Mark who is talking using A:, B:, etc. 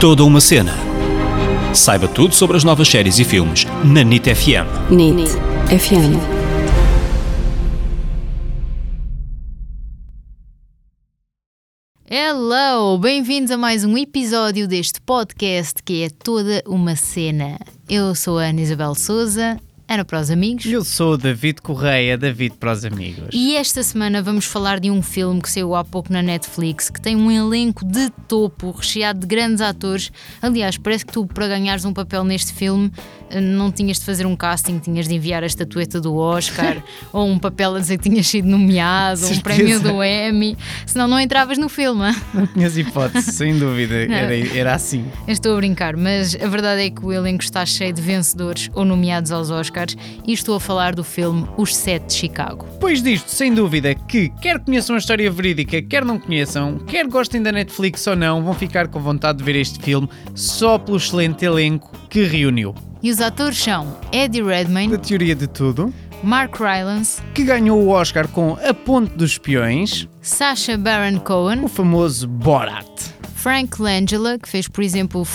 A: Toda uma cena. Saiba tudo sobre as novas séries e filmes na NIT FM.
B: NIT FM.
C: Hello! Bem-vindos a mais um episódio deste podcast que é toda uma cena. Eu sou a Ana Isabel Souza, Ana para os amigos.
D: Eu sou o David Correia, David para os amigos.
C: E esta semana vamos falar de um filme que saiu há pouco na Netflix, que tem um elenco de topo, recheado de grandes atores. Aliás, parece que tu, para ganhares um papel neste filme, não tinhas de fazer um casting, tinhas de enviar a estatueta do Oscar, ou um papel a dizer que tinhas sido nomeado, ou um
D: Certeza.
C: prémio do Emmy, senão não entravas no filme.
D: Não tinhas hipótese, sem dúvida, era, era assim.
C: Eu Estou a brincar, mas a verdade é que o elenco está cheio de vencedores ou nomeados aos Oscars, e estou a falar do filme Os Sete de Chicago.
D: Depois disto, sem dúvida, que quer conheçam a história verídica, quer não conheçam, quer gostem da Netflix ou não, vão ficar com vontade de ver este filme só pelo excelente elenco que reuniu.
C: E os atores são Eddie Redmayne,
D: Da teoria de tudo,
C: Mark Rylance,
D: que ganhou o Oscar com A Ponte dos Peões,
C: Sacha Baron Cohen,
D: o famoso Borat.
C: Frank Langella, que fez, por exemplo, o